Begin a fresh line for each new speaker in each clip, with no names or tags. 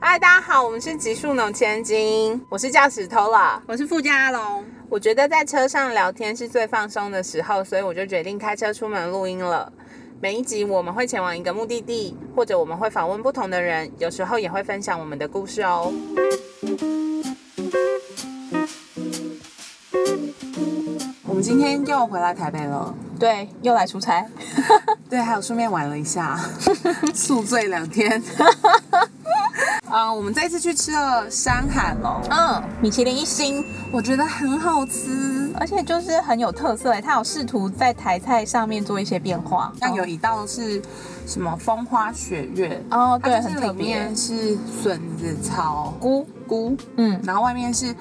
嗨，大家好，我们是极速农千金，我是叫石头了。
我是富家龙，
我觉得在车上聊天是最放松的时候，所以我就决定开车出门录音了。每一集我们会前往一个目的地，或者我们会访问不同的人，有时候也会分享我们的故事哦。我们今天又回来台北了，
对，又来出差，
对，还有顺便玩了一 下，宿醉两天。啊、我们这次去吃了山海楼，
嗯，米其林一星，
我觉得很好吃。
而且就是很有特色耶，欸它有试图在台菜上面做一些变化，
那有一道是什么风花雪月，
哦，对，
它就
很
是
特
里
别
面，是笋子草
菇，
菇，
嗯，
然后外面是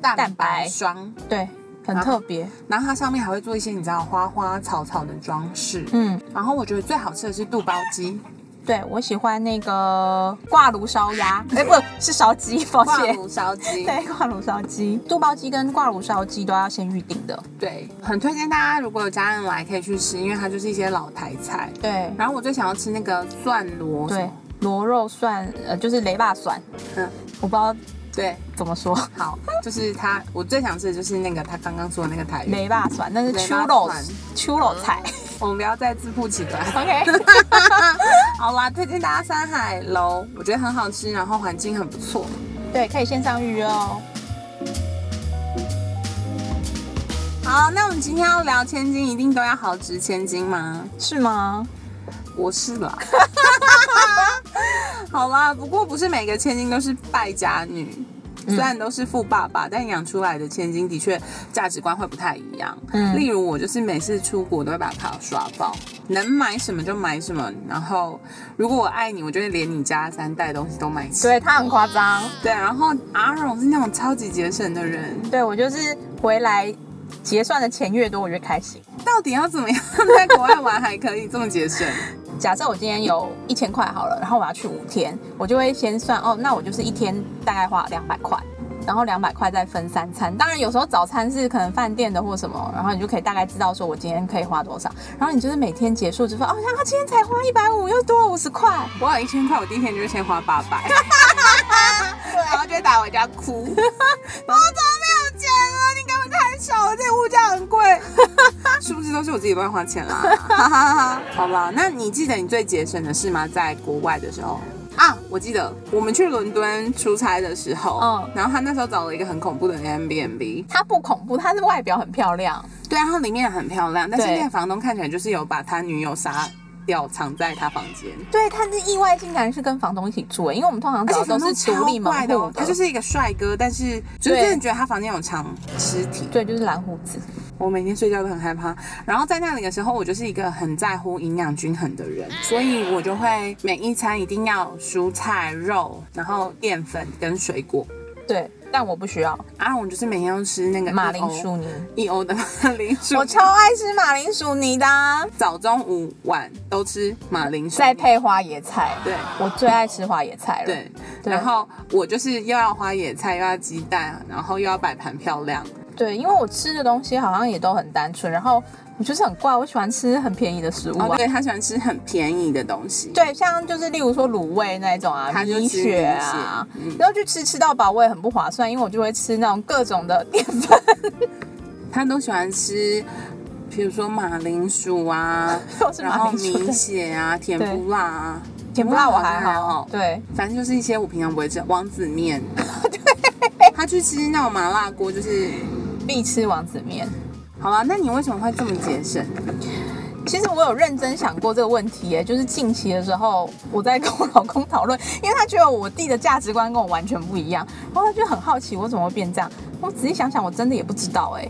蛋
蛋
白
白
霜，
对，很特
啊
别，
然后它上面还会做一些你知道花花草草的装饰。
嗯，
然后我觉得最好吃的是肚包鸡，
对我喜欢那个挂炉烧 鸭，哎，不是烧鸡，抱
挂
歉。
炉烧鸡，
哦对，挂炉烧鸡、肚包鸡跟挂炉烧鸡都要先预定的。
对，很推荐大家如果有家人来可以去吃，因为它就是一些老台菜。
对，
然后我最想要吃那个蒜螺，
对，螺肉蒜，呃，就是雷霸蒜，
嗯
我不知道
对，
怎 么说，
好，就是它，我最想吃的就是那个他刚刚说的那个台语。
雷霸蒜，那是
雷
秋
霸
肉
蒜嗯
秋肉菜。
我们不要再自曝其短。
OK，
好啦，推荐大家山海楼，我觉得很好吃，然后环境很不错。
对，可以线上预约哦。
好，那我们今天要聊千金，一定都要豪值千金吗？
是吗？
我是啦。 好啦，不过不是每个千金都是败家女，
嗯
虽然都是富爸爸，但养出来的千金的确价值观会不太一样。
嗯
例如我就是每次出国都会把卡刷爆，能买什么就买什么，然后如果我爱你，我就会连你家三代东西都买齐。
对他很夸张。
对，然后阿荣是那种超级节省的人，
对我就是回来结算的钱越多，我越开心。
到底要怎么样在国外玩还可以这么节省？
假设我今天有一千块好了，然后我要去五天，我就会先算哦，那我就是一天大概花两百块，然后两百块再分三餐。当然有时候早餐是可能饭店的或什么，然后你就可以大概知道说我今天可以花多少。然后你就是每天结束之后，哦，他今天才花一百五，又多五十块。
我有一千块，我第一天就先花八 百，然后就打回家哭。我怎么没有钱了？你给我太少了，这个物价很贵。 是不是都是我自己乱花钱啦？哈哈哈哈 好吧，那你记得你最节省的事吗？在国外的时候啊，我记得我们去伦敦出差的时候，嗯
嗯，
然后他那时候找了一个很恐怖的 Airbnb，
它不恐怖，它是外表很漂亮。
对，然后里面很漂亮，但是
对
那个房东看起来就是有把他女友杀掉，藏在他房间。
对，他是意外竟然是跟房东一起住，因为我们通常
而
找
且
的
房
都
东
是独立
超
门
怪
户
的哦，他就是一个帅哥，但是就是
对
真的觉得他房间有藏尸体。
对，就是蓝胡子。
我每天睡觉都很害怕。然后在那里的时候，我就是一个很在乎营养均衡的人，
嗯
所以我就会每一餐一定要蔬菜、肉，然后淀粉跟水果。
对，但我不需要
啊，我就是每天都吃那个
马铃薯泥，
一欧的马铃薯，
我超爱吃马铃薯泥的啊、
早中午晚都吃马铃薯，
再配花椰菜。
对。
我最爱吃花椰菜了。
对，
对
然后我就是又要花野菜，又要鸡蛋，然后又要摆盘漂亮。
对，因为我吃的东西好像也都很单纯，然后我就是很怪，我喜欢吃很便宜的食物啊。
哦，对他喜欢吃很便宜的东西。
对，像就是例如说卤味那一种啊，
他就
米
吃
血
米
啊
血嗯，
然后去吃吃到饱，我也很不划算，因为我就会吃那种各种的 淀粉。
他都喜欢吃，比如说马铃薯啊，
都 是
然
马
后
铃薯
米血啊，甜不辣啊，
甜不辣我还
像
好，对，
反正就是一些我平常不会吃的王子面。 他去吃那种麻辣锅，就是
必吃王子面。
好啦。那你为什么会这么节省？
其实我有认真想过这个问题耶，就是近期的时候，我在跟我老公讨论， 因为他觉得我弟的价值观跟我完全不一样，然后他就很好奇我怎么会变这样。我仔细想想，我真的也不知道哎，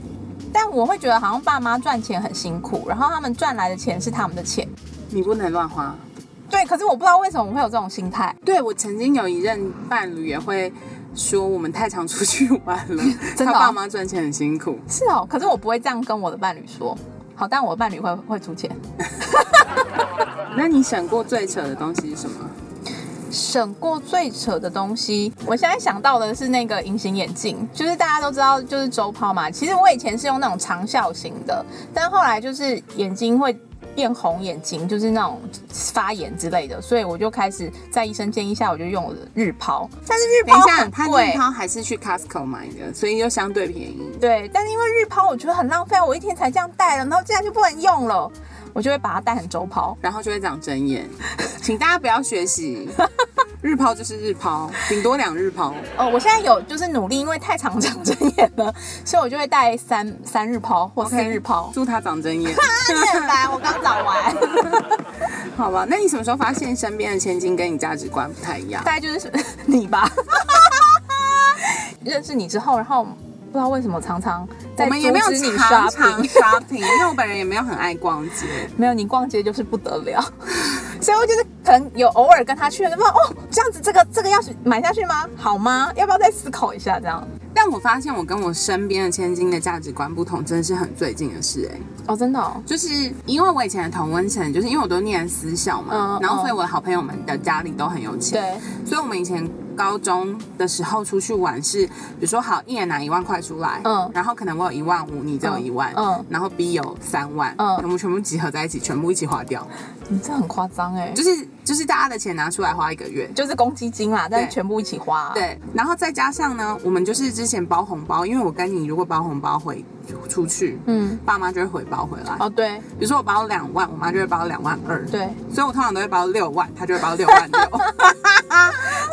但我会觉得好像爸妈赚钱很辛苦，然后他们赚来的钱是他们的钱，
你不能乱花。
对。可是我不知道为什么我会有这种心态，
对我曾经有一任伴侣也会说，我们太常出去玩了，
真
他
的哦
爸妈赚钱很辛苦。
是哦。可是我不会这样跟我的伴侣说，好，但我的伴侣会会出钱。
那你省过最扯的东西是什么？
省过最扯的东西，我现在想到的是那个隐形眼镜，就是大家都知道就是周抛嘛。其实我以前是用那种长效型的，但后来就是眼睛会变红眼睛，就是那种发炎之类的，所以我就开始在医生建议下，我就用我的日抛。
但是日
等
抛
一下
很它
贵
日抛还是去 Costco 买的，所以就相对便宜。
对，但是因为日抛我觉得很浪费，啊我一天才这样戴了，然后这样就不能用了，我就会把它戴很周抛。
然后就会长针 眼，请大家不要学习。日抛就是日抛，顶多两日 抛。
哦，我现在有就是努力，因为太常长针眼了，所以我就会戴三三日抛或四
OK
日抛。
祝他长针 眼，
很烦，我刚长完，
好吧？那你什么时候发现身边的千金跟你价值观不太一样？
大概就是你吧。 认识你之后，然后不知道为什么常常在
我们也没有
阻止你
常
刷
常
屏，
shopping，因为我本人也没有很爱逛街。
没有你逛街就是不得了， 所以我就是可能有偶尔跟他去，然后哦这样子这个这个要是买下去吗？好吗？要不要再思考一下这样？
但我发现我跟我身边的千金的价值观不同，真的是很最近的事哎、
哦，真的、哦，
就是因为我以前的同温层，就是因为我都念私校嘛，
嗯
然后所以
嗯
我的好朋友们的家里都很有钱，
对，
所以我们以前高中的时候出去玩是，比如说好一人拿一万块出来，
嗯
然后可能我有一万五，你只有一万，
嗯嗯
然后 B 有三万，
嗯
我们全部集合在一起，全部一起花掉，
你这很夸张哎，
就是就是大家的钱拿出来花一个月。
就是公积金啦，但是
对
全部一起花、，啊
对，然后再加上呢，我们就是之前包红包，因为我跟你如果包红包回出去，
嗯，
爸妈就会回包回来。
哦对
比如说我包两万，我妈就会包两万二，
对，
所以我通常都会包六万，她就会包六万 六，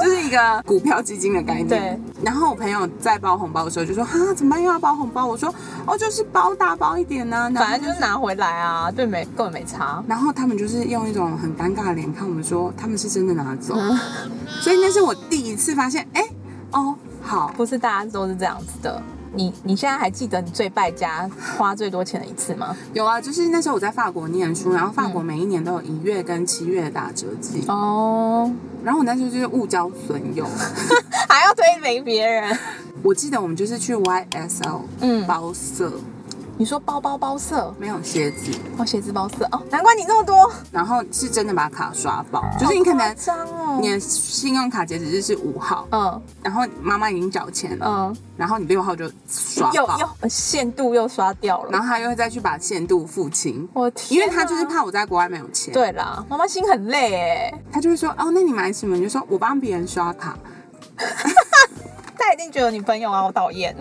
就是一个股票基金的概念
对。
然后我朋友在包红包的时候就说：“哈，怎么办又要包红包？”我说：“哦，就是包大包一点呢、啊然后
反正就是拿回来啊，对没根本没差。
然后他们就是用一种很尴尬的脸看我们说，他们是真的拿走，
嗯
所以那是我第一次发现，哎、哦，好，
不是大家都是这样子的。你你现在还记得你最败家、花最多钱的一次吗？
有啊，就是那时候我在法国念书，然后法
嗯
国每一年都有一月跟七月的打折季，
哦，
然后我那时候就是误交损友。
还要推给别人？
我记得我们就是去 YSL，
嗯
包色
你说包包包色，
没有鞋子，
哦，鞋子包色，哦，难怪你这么多，
然后是真的把卡刷爆，就是你可
好
能
夸张哦，
你的信用卡截止日是五号，
嗯
然后妈妈已经缴钱了，
嗯，
然后你六号就刷
又
爆，
又限度又刷掉了，
然后他又会再去把限度付清。
我天啊，
因为他就是怕我在国外没有钱，
对啦，妈妈心很累哎，
他就会说哦，那你买什么？你就说我帮别人刷卡，
她一定觉得你朋友啊，我讨厌。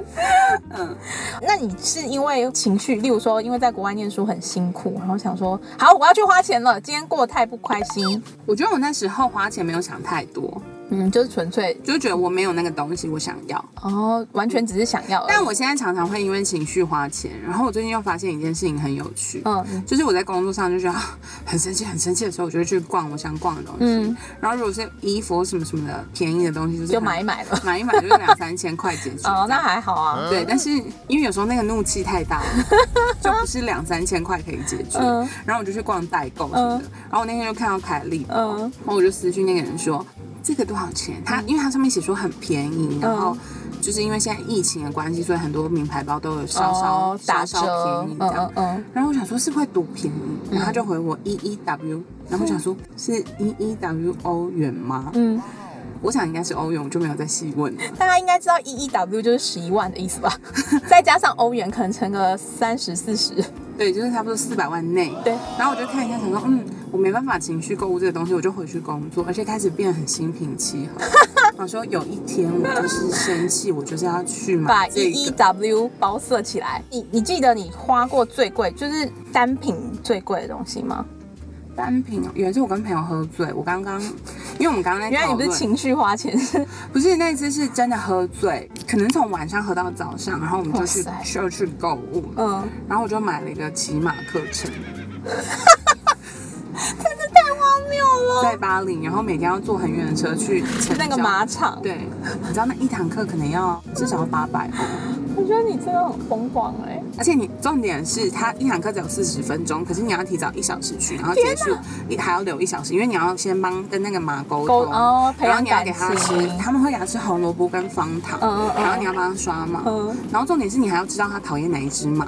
嗯，
那你是因为情绪，例如说，因为在国外念书很辛苦，然后想说，好，我要去花钱了，今天过得太不开心，
我觉得我那时候花钱没有想太多，
嗯，就是纯粹
就觉得我没有那个东西我想要。
哦，完全只是想要而已。
但我现在常常会因为情绪花钱，然后我最近又发现一件事情很有趣，
嗯
就是我在工作上就觉得、 啊很生气、很生气的时候，我就会去逛我想逛的东西。
嗯
然后如果是衣服什么什么的便宜的东西，就是
就
可能
买一买 了。
买一买就是两三千块解决。
哦，那还好啊。
对，但是因为有时候那个怒气太大了， 就不是两三千块可以解决。
嗯
然后我就去逛代购什么的。然后我那天就看到凯莉，
嗯
然后我就私讯那个人说这个多少钱？他因为他上面写说很便宜，然
嗯
后就是因为现在疫情的关系，所以很多名牌包都有稍稍
哦，打
稍
折
稍便宜，这
嗯
样
嗯。嗯，
然后我想说是不是会多便宜，然后他就回我 E E W，然后我想说是 E E W 欧元吗？
嗯，
我想应该是欧元，我就没有再细 问了。
大家应该知道 E E W 就是十一万的意思吧？ 再加上欧元，可能乘个三十四十。
对，就是差不多四百万内。
对，
然后我就看一下，想说，嗯，我没办法情绪购物这个东西，我就回去工作，而且开始变得很心平气 和。我说有一天我就是生气，我就是要去
把
买
E
这
E
个。
W 包色起来。你你记得你花过最贵，就是单品最贵的东西吗？
单品哦，原来是我跟朋友喝醉，我刚刚，因为我们刚刚在
原来你
讨
不是
论，
情绪花钱，是
不是那一次是真的喝醉，可能从晚上喝到早上，然后我们就去
哇塞
就去购物，
嗯，
然后我就买了一个骑马课程，
真是太荒谬了。
在巴黎，然后每天要坐很远的车去城
那个
郊
马场，
对，你知道那一堂课可能要至少八百欧，
我觉得你真的很疯狂哎、
而且你重点是它一堂课只有四十分钟，可是你要提早一小时去，然后结束你还要留一小时，因为你要先帮跟那个马沟
沟
通，
哦培
然后
养
你要
感
给
情，
它吃，他们会给它吃红萝卜跟方糖，
嗯嗯嗯
然后你要帮它刷嘛，
嗯
然后重点是你还要知道它讨厌哪一只马，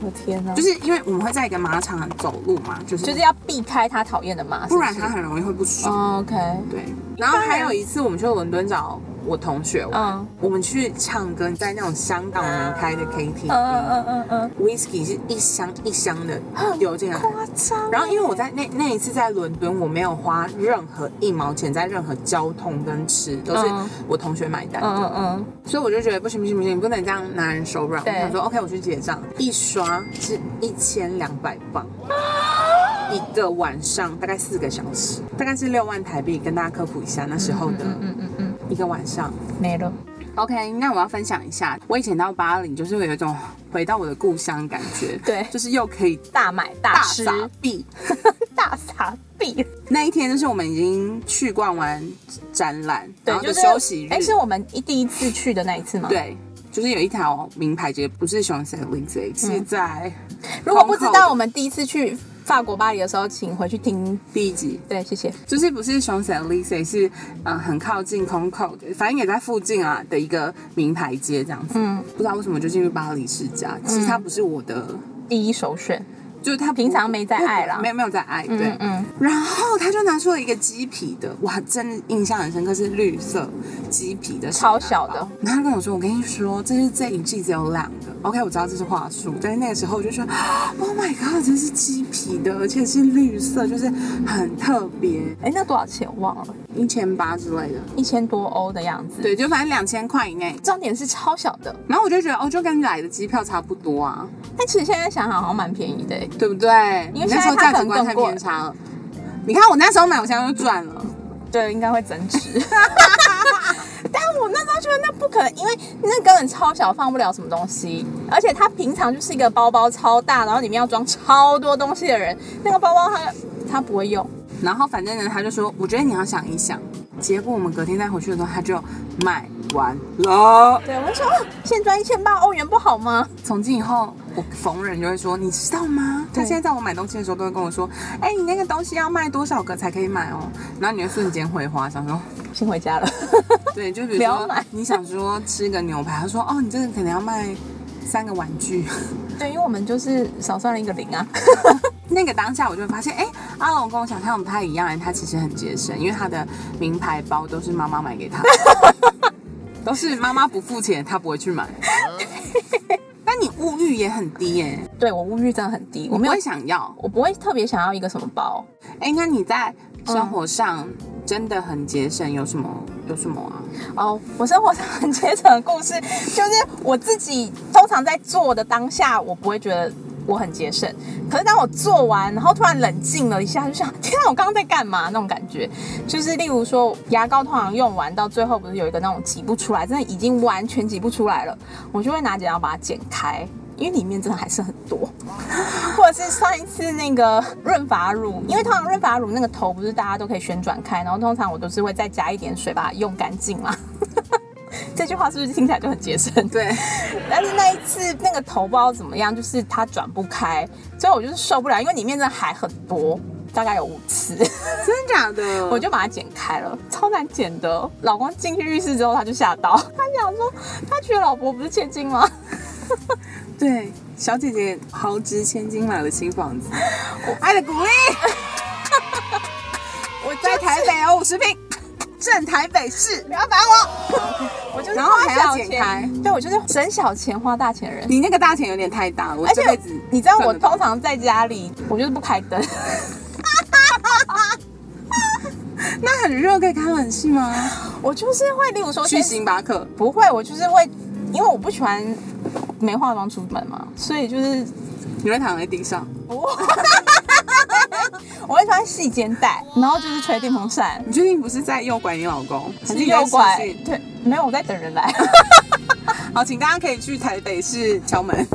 我的天哪、
就是因为我们会在一个马场走路嘛，就是
就是要避开他讨厌的马，
不然
是
它
不是
很容易会不爽。
哦 OK，
对，然后还有一次我们去伦敦找我同学玩，
嗯
我们去唱歌，在那种香港人开的 KTV，、
嗯嗯嗯嗯
whisky 是一箱一箱的流进来
嗯，。夸张。
然后因为我在那那一次在伦敦，我没有花任何一毛钱在任何交通跟吃，都是
嗯
我同学买单的。
嗯嗯嗯，
所以我就觉得不行不行不行，你不能这样拿人手软。我
对
想说 OK，我去结账，一刷是一千两百磅，一个晚上大概四个小时，大概是六万台币。跟大家科普一下那时候的
嗯嗯嗯嗯，
一个晚上。
没了。
OK，那我要分享一下，我以前到巴黎就是会有一种回到我的故乡的感觉，
对
就是又可以
大买
大
大吃，
傻逼。
大傻逼。
那一天就是我们已经去逛完展览，然
对，
后
就
就是休息日，
哎，是我们一第一次去的那一次吗？。
对，就是有一条名牌街，不是熊 s e l i
嗯
z 是在
如果不知道我
们
们第一次去法国巴黎的时候，请回去听。
第一集，
对，谢谢。
就是不是熊 s e l i z 是呃很靠近 c o n c o r d 反正也在附近啊的一个名牌街这样子。
嗯，
不知道为什么就进入巴黎世家，其实它不是我的，
第一首选。
就是它
平常没在爱啦
了，没有没有在爱，对。
嗯嗯，
然后他就拿出了一个鸡皮的，哇，真的印象很深刻，是绿色鸡皮的，
超小的。
然后他跟我说：“我跟你说，这是这一季只有两个。”OK，我知道这是话术，但是那个时候我就说啊：“Oh my god，这是鸡皮的，而且是绿色，就是很特别，
哎，那多少钱我忘了，
一千八之类的。
一千多欧的样”子。，
对，就反正两千块以内。
重点是超小的。
然后我就觉得，哦，就跟来的机票差不多啊，
但其实现在想想好像蛮便宜的。欸
对不对？
因
你
为
那时候
现在
价
它
值
可能
观
更
太
贵
偏差了。你看我那时候买，我现在就赚了。
对，应该会增值。 但我那时候觉得那不可能，因为那根本超小，放不了什么东西。而且他平常就是一个包包超大，然后里面要装超多东西的人，那个包包他他不会用。
然后反正呢，他就说，我觉得你要想一想。结果我们隔天再回去的时候，他就卖完了。
对，我就说啊现赚一千八欧元不好吗？
从今以后，我逢人就会说，你知道吗？他
对
现在在我买东西的时候，都会跟我说，哎、你那个东西要卖多少个才可以买哦？然后你会瞬间挥花，想 说，
先回家了。
对，就比如
不要
说
买
你想说吃个牛排，他说，哦，你这个可能要卖三个玩具。
对，因为我们就是少算了一个零啊。
那个当下我就会发现，哎、阿龙跟我想象不太一样，他其实很节省，因为他的名牌包都是妈妈买给他的， 都是妈妈不付钱，他不会去买。但你物欲也很低耶、
对我物欲真的很低，
我
我
不
没有
会，想要。
我不会特别想要一个什么包。
哎、那你在生活上真的很节省，有什么有什么啊？
哦，我生活上很阶层的故事，就是我自己通常在做的当下，我不会觉得我很节省。可是当我做完，然后突然冷静了一下，就想天啊，我刚刚在干嘛？那种感觉，就是例如说牙膏通常用完到最后，不是有一个那种挤不出来，真的已经完全挤不出来了，我就会拿剪刀把它剪开。因为里面真的还是很多，或者是上一次那个润发乳，因为通常润发乳那个头不是大家都可以旋转开，然后通常我都是会再加一点水把它用干净啦。 这句话是不是听起来就很节省？
对，
但是那一次那个头不知道怎么样，就是它转不开，所以我就是受不了，因为里面真的还很多，大概有五 次，
真的假的？
我就把它剪开了，超难剪的。老公进去浴室之后，他就吓到，他想说，他觉得老婆不是千金吗？
对，小姐姐豪掷千金买了新 房子，我爱的鼓励。 我在台北哦有五十平， 正台北市，不要烦我。
我就
哦
是
然后
花
还要
小
剪开
钱，对我就是省小钱花大钱的人。
你那个大钱有点太大了，我
而
这
且
辈子
你知道我
赚得到
通常在家里，我就是不开灯，
那很热，可以开冷气吗？
我就是会，例如说
去
先
星巴克，
不会，我就是会，因为我不喜欢没化妆出门嘛，所以就是
你会躺在地上，
不会，我会穿细肩带，然后就是吹电风扇，
你确定不是在诱拐你老公？还
是
你在
右拐
试训。
对，没有，我在等人来。
好，请大家可以去台北市敲门，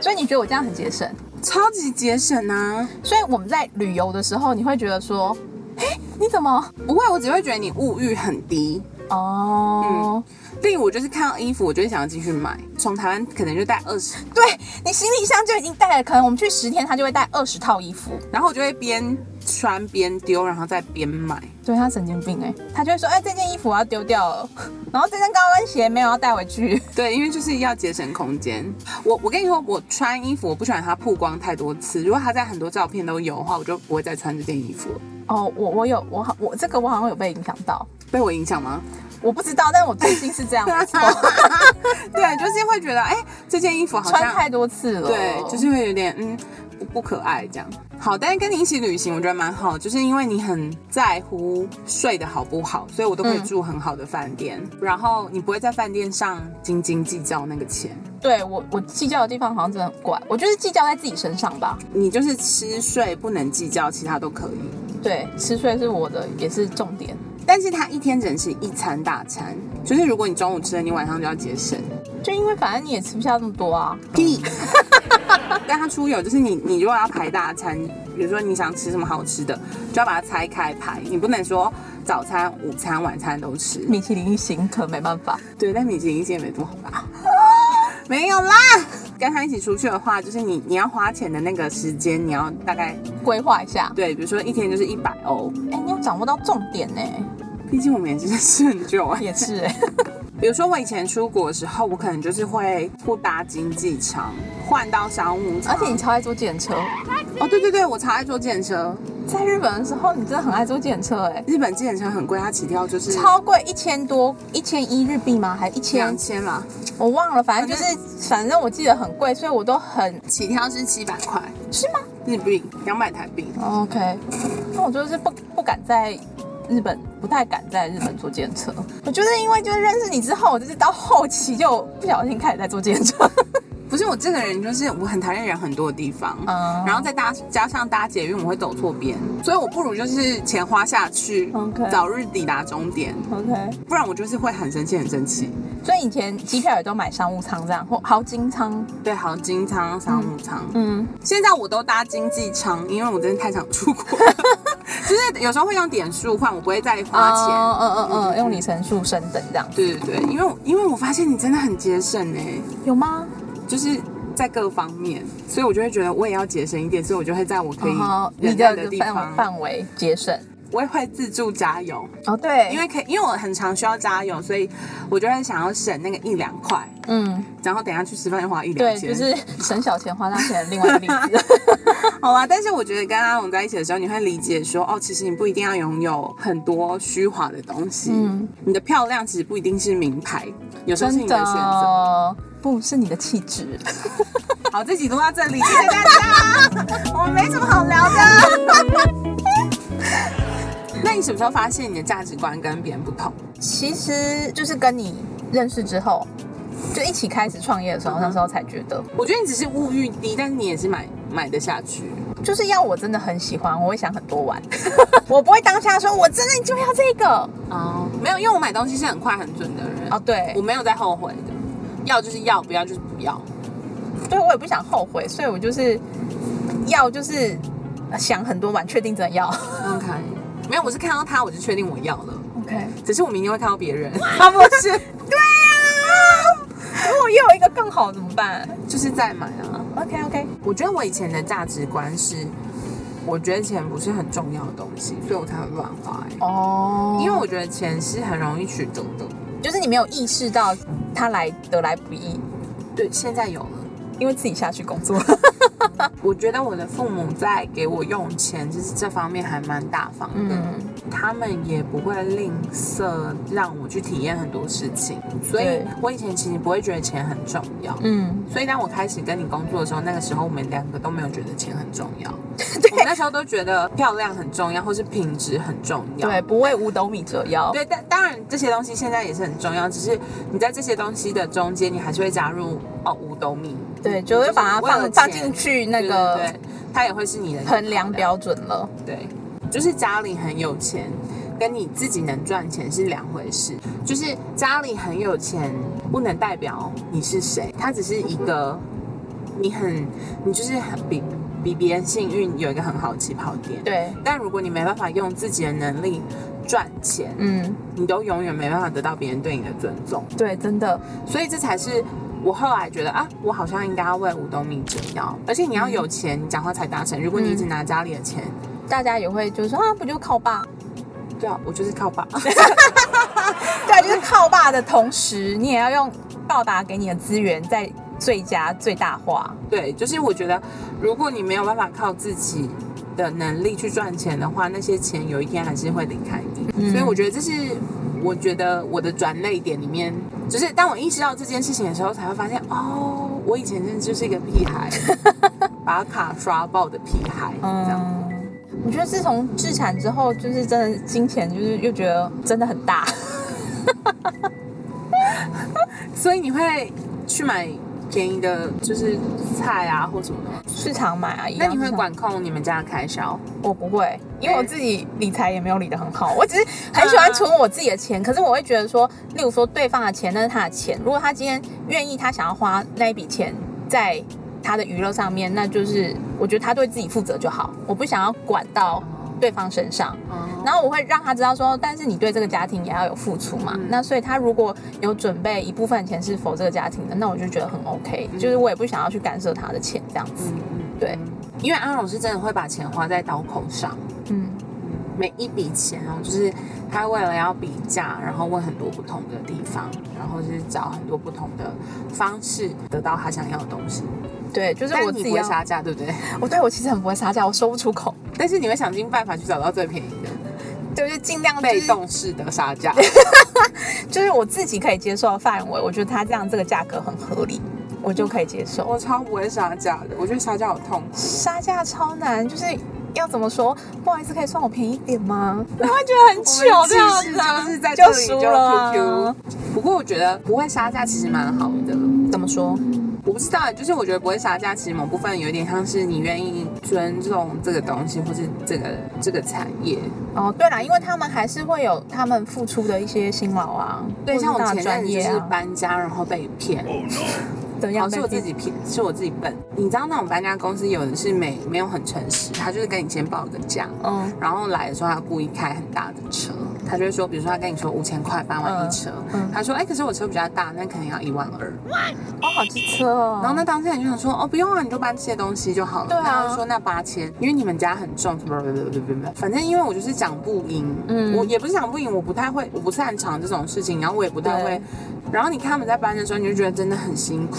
所以你觉得我这样很节省？
超级节省啊！
所以我们在旅游的时候，你会觉得说，哎，你怎么？
不会，我只会觉得你物欲很低。嗯
哦，
例如，我就是看到衣服，我就会想要继续买。从台湾可能就带二十，
对你行李箱就已经带了，可能我们去十天，他就会带二十套衣服。
然后我就会边穿边丢，然后再边买。
对他神经病哎、他就会说，哎，这件衣服我要丢掉了， 然后这件高跟鞋没有要带回去。
对，因为就是要节省空间。我我跟你说，我穿衣服我不喜欢它曝光太多次。如果它在很多照片都有的话，我就不会再穿这件衣服了。
哦，我我有我好我这个我好像有被影响到，
对被我影响吗？
我不知道，但我最近是 这样，没错，
对，就是会觉得，哎、这件衣服好
穿
像
太多次了，
对，就是会有点嗯不不可爱这样。好，但是跟你一起旅行，我觉得蛮好，就是因为你很在乎睡得好不好，所以我都可以
嗯
住很好的饭店，然后你不会在饭店上斤斤计较那个钱，
对我我计较的地方好像真的很怪，我就是计较在自己身上吧。
你就是吃睡不能计较，其他都可以。
对，吃睡是我的也是重点。
但是它一天只能吃一餐大餐，就是如果你中午吃了，你晚上就要节省。
就因为反正你也吃不下那么多啊，
屁！ 但它出游就是你，你如果要排大餐，比如说你想吃什么好吃的，就要把它拆开排，你不能说早餐、午餐、晚餐都吃。
米其林一星可没办法。
对，但米其林现在没多好吧？ 没有啦，跟他一起出去的话，就是你你要花钱的那个时间，你要大概
规划一下，
对，比如说一天就是一百欧，
哎、你要掌握到重点欸呢、
毕竟我们也是吃很久啊。
也是哎、
比如说我以前出国的时候，我可能就是会不搭经济舱，换到商务舱。
而且你超爱坐电车，
哦，对对对，我超爱坐电车，
在日本的时候你真的很爱坐电车哎、
日本电车很贵，它起跳就是
超贵，一千多，一千一日币吗？还一千
两？千啦，
我忘了，反正就是，反正我记得很贵，所以我都很
起跳是七百块
是吗哦
日币，两百台币。
？OK，那我就是不不敢在日本，不太敢在日本坐电车。我就是因为就是认识你之后，我就是到后期就不小心开始在坐电车。
不是我这个人，就是我很讨厌人很多的地方，
嗯
然后再搭加上搭捷运，我会走错边，所以我不如就是钱花下去
OK
早日抵达终点，
OK，
不然我就是会很生气，很生气。
所以以前机票也都买商务舱这样，或豪金舱。
对，好，金仓、商务舱，
嗯，
现在我都搭经济舱，因为我真的太想出 国了，就是有时候会用点数换，我不会再花钱。
嗯嗯嗯嗯，用里程数升等这样，
对对对，因为我因为我发现你真的很节省哎、
有吗？
就是在各方面，所以我就会觉得我也要节省一点，所以我就会在我可以
然后哦你
忍耐
的
的地
范
方，
范围节省。
我也会自助加油，
哦，对，
因为可以，因为我很常需要加油，所以我就会想要省那个一两块，
嗯，
然后等一下去吃饭就花一两
对，
千。
就是 省小钱花大钱的另外一个例 子。
好啦，但是我觉得跟阿龙在一起的时候，你会理解说，哦，其实你不一定要拥有很多虚华的东西，
嗯
你的漂亮其实不一定是名牌，有时候是
真
你的选择。
的，不是你的气质。
好，这集录到这里，谢谢大家，我们没什么好聊的。 那你什么时候发现你的价值观跟别人不同？
其实就是跟你认识之后，就一起开始创业的
嗯
时候，那时候才觉得，
我觉得你只是物欲低，但是你也是买买得下去。
就是要我真的很喜欢，我会想很多玩， 我不会当下说我真的就要这个。
哦，没有，因为我买东西是很快很准的人，
哦，对
我，没有在后悔的，要就是要，不要就是不要。
对我也不想后悔，所以我就是要就是想很多晚，确定真的要。
OK，没有，我是看到他，我就确定我要 了。
OK，
只是我明天会看到别人， 他不是，
对呀、如果又有一个更好怎么办
就是在买啊。
？OK OK，
我觉得我以前的价值观是，我觉得钱不是很重要的东西，所以我才会乱花、欸。
哦
因
因
为
为
我觉得钱是很容易取得的。
就是你没有意识到他来得来不易，
对，现在有了。
因为自己下去工作。
我觉得我的父母在给我用钱，就是这方面还蛮大方的。
嗯，
他们也不会吝啬让我去体验很多事情，所以
对
我以前其实不会觉得钱很重要。
嗯，
所以当我开始跟你工作的时候，那个时候我们两个都没有觉得钱很重要，我们
对
那时候都觉得漂亮很重要，或是品质很重要。
对，不为五斗米折腰。
对，但当然这些东西现在也是很重要，只是你在这些东西的中间，你还是会加入哦五斗米，
对，就会把它
为了钱
放放进去那
对对
个
对它也会是你的
衡量标准了。
对，就是家里很有钱，跟你自己能赚钱是两回事。就是家里很有钱，不能代表你是谁，它只是一个你很你就是很比比别人幸运，有一个很好的起跑点。，
对，
但如果你没办法用自己的能力赚钱，
嗯，
你都永远没办法得到别人对你的尊重。
对，真的，
所以这才是我后来觉得啊，我好像应该要为五斗米折腰。而且你要有钱，你讲话才达成。如果你一直拿家里的钱，
大家也会就是说啊，不就靠爸？
对啊，我就是靠 爸。
对，啊就是靠爸的同时，你也要用报答给你的资源在最佳最大化。
对，就是我觉得，如果你没有办法靠自己的能力去赚钱的话，那些钱有一天还是会离开你。
嗯
所以我觉得这是我觉得我的转泪点里面，就是当我意识到这件事情的时候，才会发现哦，我以前真的就是一个屁 孩，把卡刷爆的屁孩，这样。
嗯，我觉得自从自产之后，就是真的金钱，就是又觉得真的很大。
所以你会去买便宜的，就是菜啊或什么的吗。
市场买啊，一
那
样
你会
市场？
管控你们家的开销？
我不会，因为
哎
我自己理财也没有理得很好，我只是很
嗯
喜欢存我自己的钱。可是我会觉得说，例如说对方的钱那是他的钱，如果他今天愿意，他想要花那一笔钱在他的娱乐上面，那就是我觉得他对自己负责就好，我不想要管到对方身上。
哦，
然后我会让他知道说，但是你对这个家庭也要有付出嘛。
嗯
那所以他如果有准备一部分钱是否这个家庭的，那我就觉得很 OK，、就是我也不想要去干涉他的钱这样子。
嗯嗯，
对，
因为阿荣是真的会把钱花在刀口上，
嗯，
每一笔钱哦，就是他为了要比价，然后问很多不同的地方，然后就是找很多不同的方式得到他想要的东西。
对，就是
但
我自
你
己
不会
要。
杀价，对不对？
我对我其实很不会杀价，我说不出口，
但是你会想尽办法去找到最便宜的，
对就是尽量、就是、
被，动式的杀价。
就是我自己可以接受的范围，我觉得他这样这个价格很合理，我就可以接 受。
我超不会杀价的，我觉得杀价好痛苦。
杀价超难，就是要怎么说？不好意思，可以算我便宜一点吗？ 我会觉得很糗，这样子啊
就是在这
就
里就
输了啊
QQ。不过我觉得不会杀价其实蛮好的，
怎么说？
我不知道，就是我觉得不会杀价，其实某部分有点像是你愿意尊重这个东西，或是这个这个产业。
哦，对啦，因为他们还是会有他们付出的一些辛劳啊，
对，
或者
像我
大
前阵
专
子就
业
是
啊，
搬家，然后被骗，
怎么
然
样
后是
被
我自
骗？
己骗，是我自己笨。你知道那种搬家公司有的是没没有很诚实，他就是跟你先报个价，
嗯
然后来的时候他故意开很大的车，他就会说，比如说他跟你说五千块搬完一车，
嗯嗯
他说，哎、可是我车比较大，那可能要一万二。
哦，好机车哦。
然后那当事人就想说，哦，不用啊，你就搬这些东西就好了。
对啊
然后就说那八千，因为你们家很重，什么什么什么什么什么，反正因为我就是讲不赢，
嗯
我也不是讲不赢，我不太会，我不擅长这种事情，然后我也不太会
对。
然后你看他们在搬的时候，你就觉得真的很辛苦，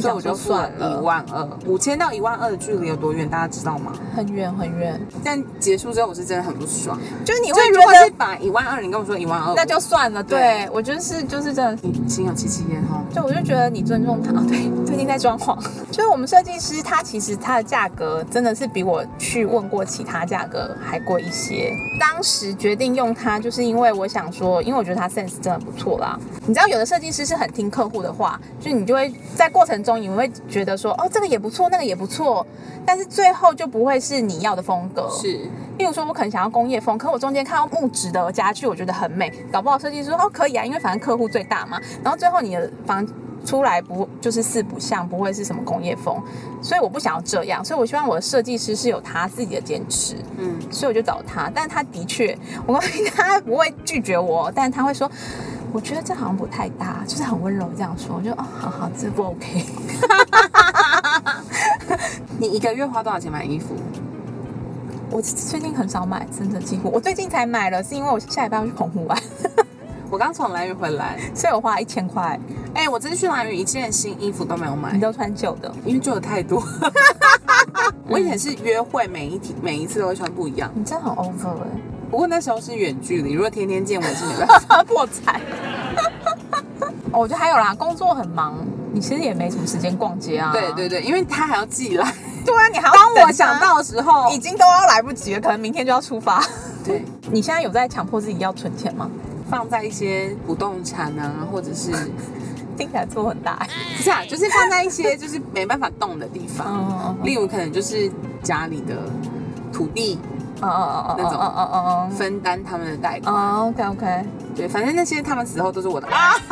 所以
就想
我
说
就付了
算
一
了，
万二，五千到一万二的距离有多远，大家知道吗？
很远很远，
但结束之后，我是真的很不爽。
就是你
因
会
为如
觉
果是
得
把一万二，你跟我说一万二，
那就算了。
对
对我就是就是真的
你心有戚戚焉哦。
就我就觉得你尊重他。啊对， 最近在装潢，就是我们设计师他其实他的价格真的是比我去问过其他价格还贵一些。当时决定用它，就是因为我想说，因为我觉得他 sense 真的不错啦。你知道有的设计师是很听客户的话，就你就会在过程中你会觉得说，哦这个也不错，那个也不错，但是最后就不会是你要的风格。
是，
例如说，我可能想要工业风，可我中间看到木质的家具，我觉得很美，搞不好设计师说哦可以啊，因为反正客户最大嘛。然后最后你的房出来不就是四不像，不会是什么工业风，所以我不想要这样，所以我希望我的设计师是有他自己的坚持，
嗯，
所以我就找他。但他的确，我告诉你，他不会拒绝我，但他会说。我觉得这好像不太搭，就是很温柔这样说，我就哦，好好，这不 OK。
你一个月花多少钱买衣服？
我最近很少买，真的几乎，我最近才买了，是因为我下礼拜要去澎湖玩，
我刚从蓝屿回来，
所以我花了一千块。
哎、我这次去蓝屿一件新衣服都没有买
你，都穿旧的，
因为就有太多。 我以前是约会，每一天每一次都会穿不一样。
你真的很 over
不过那时候是远距离，如果天天见我也是没办法。
哎、破财。哦我觉得还有啦，工作很忙，你其实也没什么时间逛街啊。
对对对，因为他还要寄来。
对啊，你还 要
当
等
我
他
想到的时候
已，经都要来不及了，可能明天就要出发。
对，
你现在有在强迫自己要存钱吗？
放在一些不动产啊，或者是
听起来做很大、
不是啊，就是放在一些就是没办法动的地
嗯
方，
嗯嗯嗯
例如可能就是家里的土地
嗯嗯嗯嗯嗯嗯嗯。
分担他们的贷款。
哦，OK OK，
对，反正那些他们死后都是我的。
啊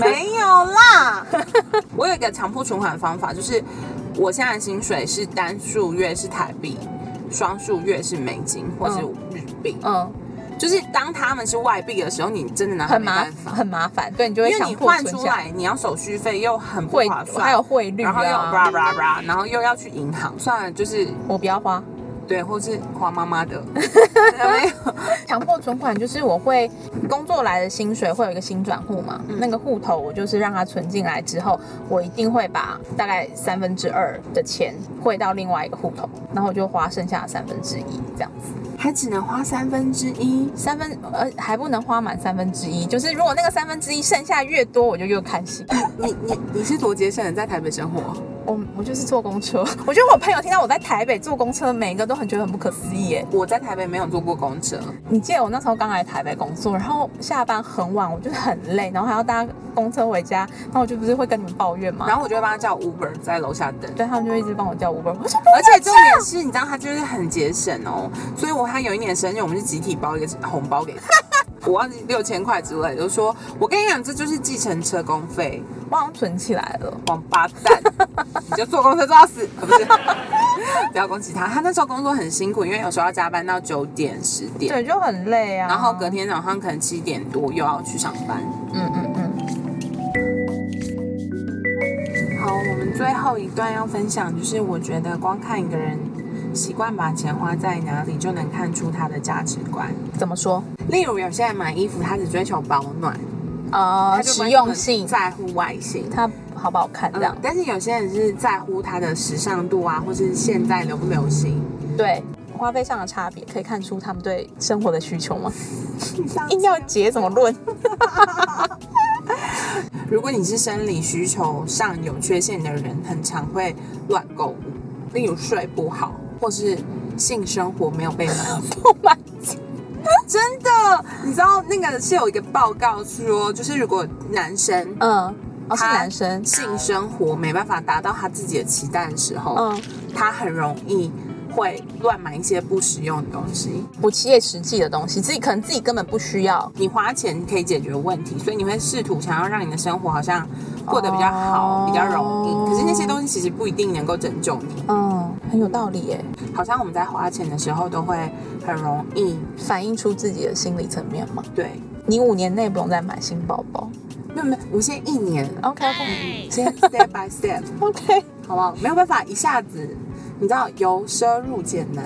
没有 啦，我有一个强迫存款的方法，就是我现在的薪水是单数月是台币，双数月是美金或是日币。
嗯，
就是当他们是外币的时候，你真的拿它
很
没
麻
办法，
很麻烦，对你就会
因为
强
你
迫
换
存
出
下来，
来，你要手续费又很不
汇
划算，
还有汇率
然后又
啊，
叭叭叭，然后又要去银行，算了，就是
我不要花，
对，或是花妈妈 的，没有，
强迫存款就是我会工作来的薪水会有一个新转户嘛，那个户头我就是让它存进来之后，我一定会把大概三分之二的钱汇到另外一个户头，然后我就花剩下的三分之一这样子，
还只能花三分之一。
三分呃还不能花满三分之一，就是如果那个三分之一剩下越多，我就越开心。
你你你是多节省的，在台北生活，
我我就是坐公车， 我觉得我朋友听到我在台北坐公车，每一个都很觉得很不可思议耶。
我在台北没有坐过公车，
你记得我那时候刚来台北工作，然后下班很晚，我就是很累，然后还要搭公车回家，然后我就不是会跟你们抱怨嘛，
然
后
后我就会帮他叫 Uber 在楼下等。
对他们就一直帮我叫 Uber，我说不
而且重点是，你知道他就是很节省哦，所以我他有一年生日，我们是集体包一个红包给他， 我忘记六千块之类的，就说我跟你讲，这就是计程车公费，
我好像存起来了，
王八蛋，你就坐公车坐到死，啊不是？ 不要攻击他，他那时候工作很辛苦，因为有时候要加班到九点十点，
对，就很累啊。
然后隔，天早上可能七点多又要去上班。
嗯嗯嗯，
好，我们最后一段要分享，就是我觉得光看一个人习惯把钱花在哪里，就能看出他的价值观。
怎么说？
例如，有些人买衣服，他只追求保暖，
呃，
他就不
实
会
用性，嗯
在乎外形。
它好不好看这样
嗯，，但是有些人是在乎它的时尚度啊，或是现在流不流行。
对。花费上的差别可以看出他们对生活的需求 吗？硬要结什么论？
如果你是生理需求上有缺陷的人，很常会乱购物，例如睡不好，或是性生活没有被满足。
不满足
真的，你知道那个是有一个报告说，就是如果男生
嗯，哦是
他
男生，
性生活没办法达到他自己的期待的时候，
嗯，
他很容易会乱买一些不实用的东西。
不切实际的东西，自己可能自己根本不需要，
你花钱可以解决问题，所以你会试图想要让你的生活好像过得比较好、
哦
比较容易。可是那些东西其实不一定能够拯救你。
嗯，很有道理耶，
好像我们在花钱的时候都会很容易
反映出自己的心理层面嘛。
对，
你五年内不用再买新包包
没有没有，我们先一年，
，OK OK
先 step by step，
OK
好不好？没有办法一下子，你知道由奢入俭难。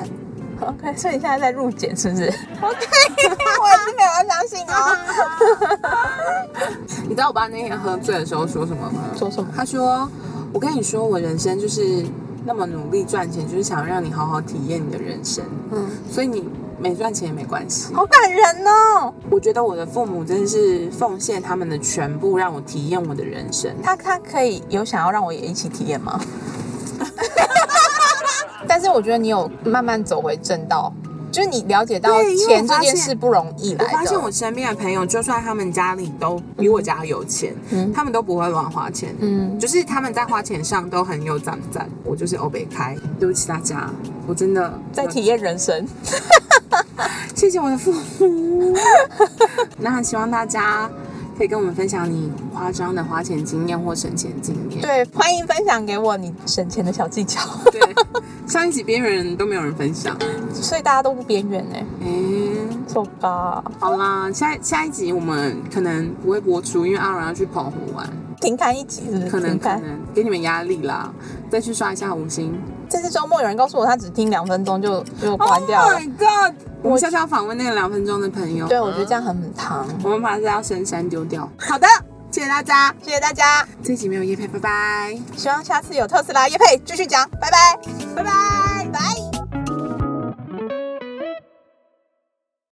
OK，所以你现在在入检是不是？
我也是没有要相信哦。你知道我爸那天喝醉的时候说什么吗？
说什么
他说：“我跟你说，我人生就是那么努力赚钱，就是想让你好好体验你的人生。
嗯，
所以你没赚钱也没关系。
好感人哦。
我觉得我的父母真的是奉献他们的全部，让我体验我的人生。
他他可以有想要让我也一起体验吗？ 但是我觉得你有慢慢走回正道，就是你了解到
对因为我
钱这
发
件
现
事不容易来
我
的。
发现我身边的朋友，就算他们家里都比我家有钱，
嗯
他们都不会乱花钱。
嗯，
就是他们在花钱上都很有长赞，我就是欧北开，对不起大家，我真的
在体验人生。
谢谢我的父母。 那希望大家可以跟我们分享你夸张的花钱经验或省钱经验。
对，欢迎分享给我你省钱的小技巧，
对，上一集边缘人都没有人分享。
所以大家都不边缘 uh, 哎、
哎、
走吧，
好啦，下下一集我们可能不会播出，因为阿软要去澎湖玩，
停刊一集是不是？
可能
停
可
刊。
能给你们压力啦，再去刷一下五星。
这次周末有人告诉我，他只听两分钟就就关掉
哦
了。
god！我们下次要访问那个两分钟的朋友。
对，我觉得这样很糖。
我们把这要深山丢掉。好的，谢谢大家，
谢谢大家，
这集没有叶配，拜拜。
希望下次有特斯拉叶配继续讲，拜拜，拜拜，拜。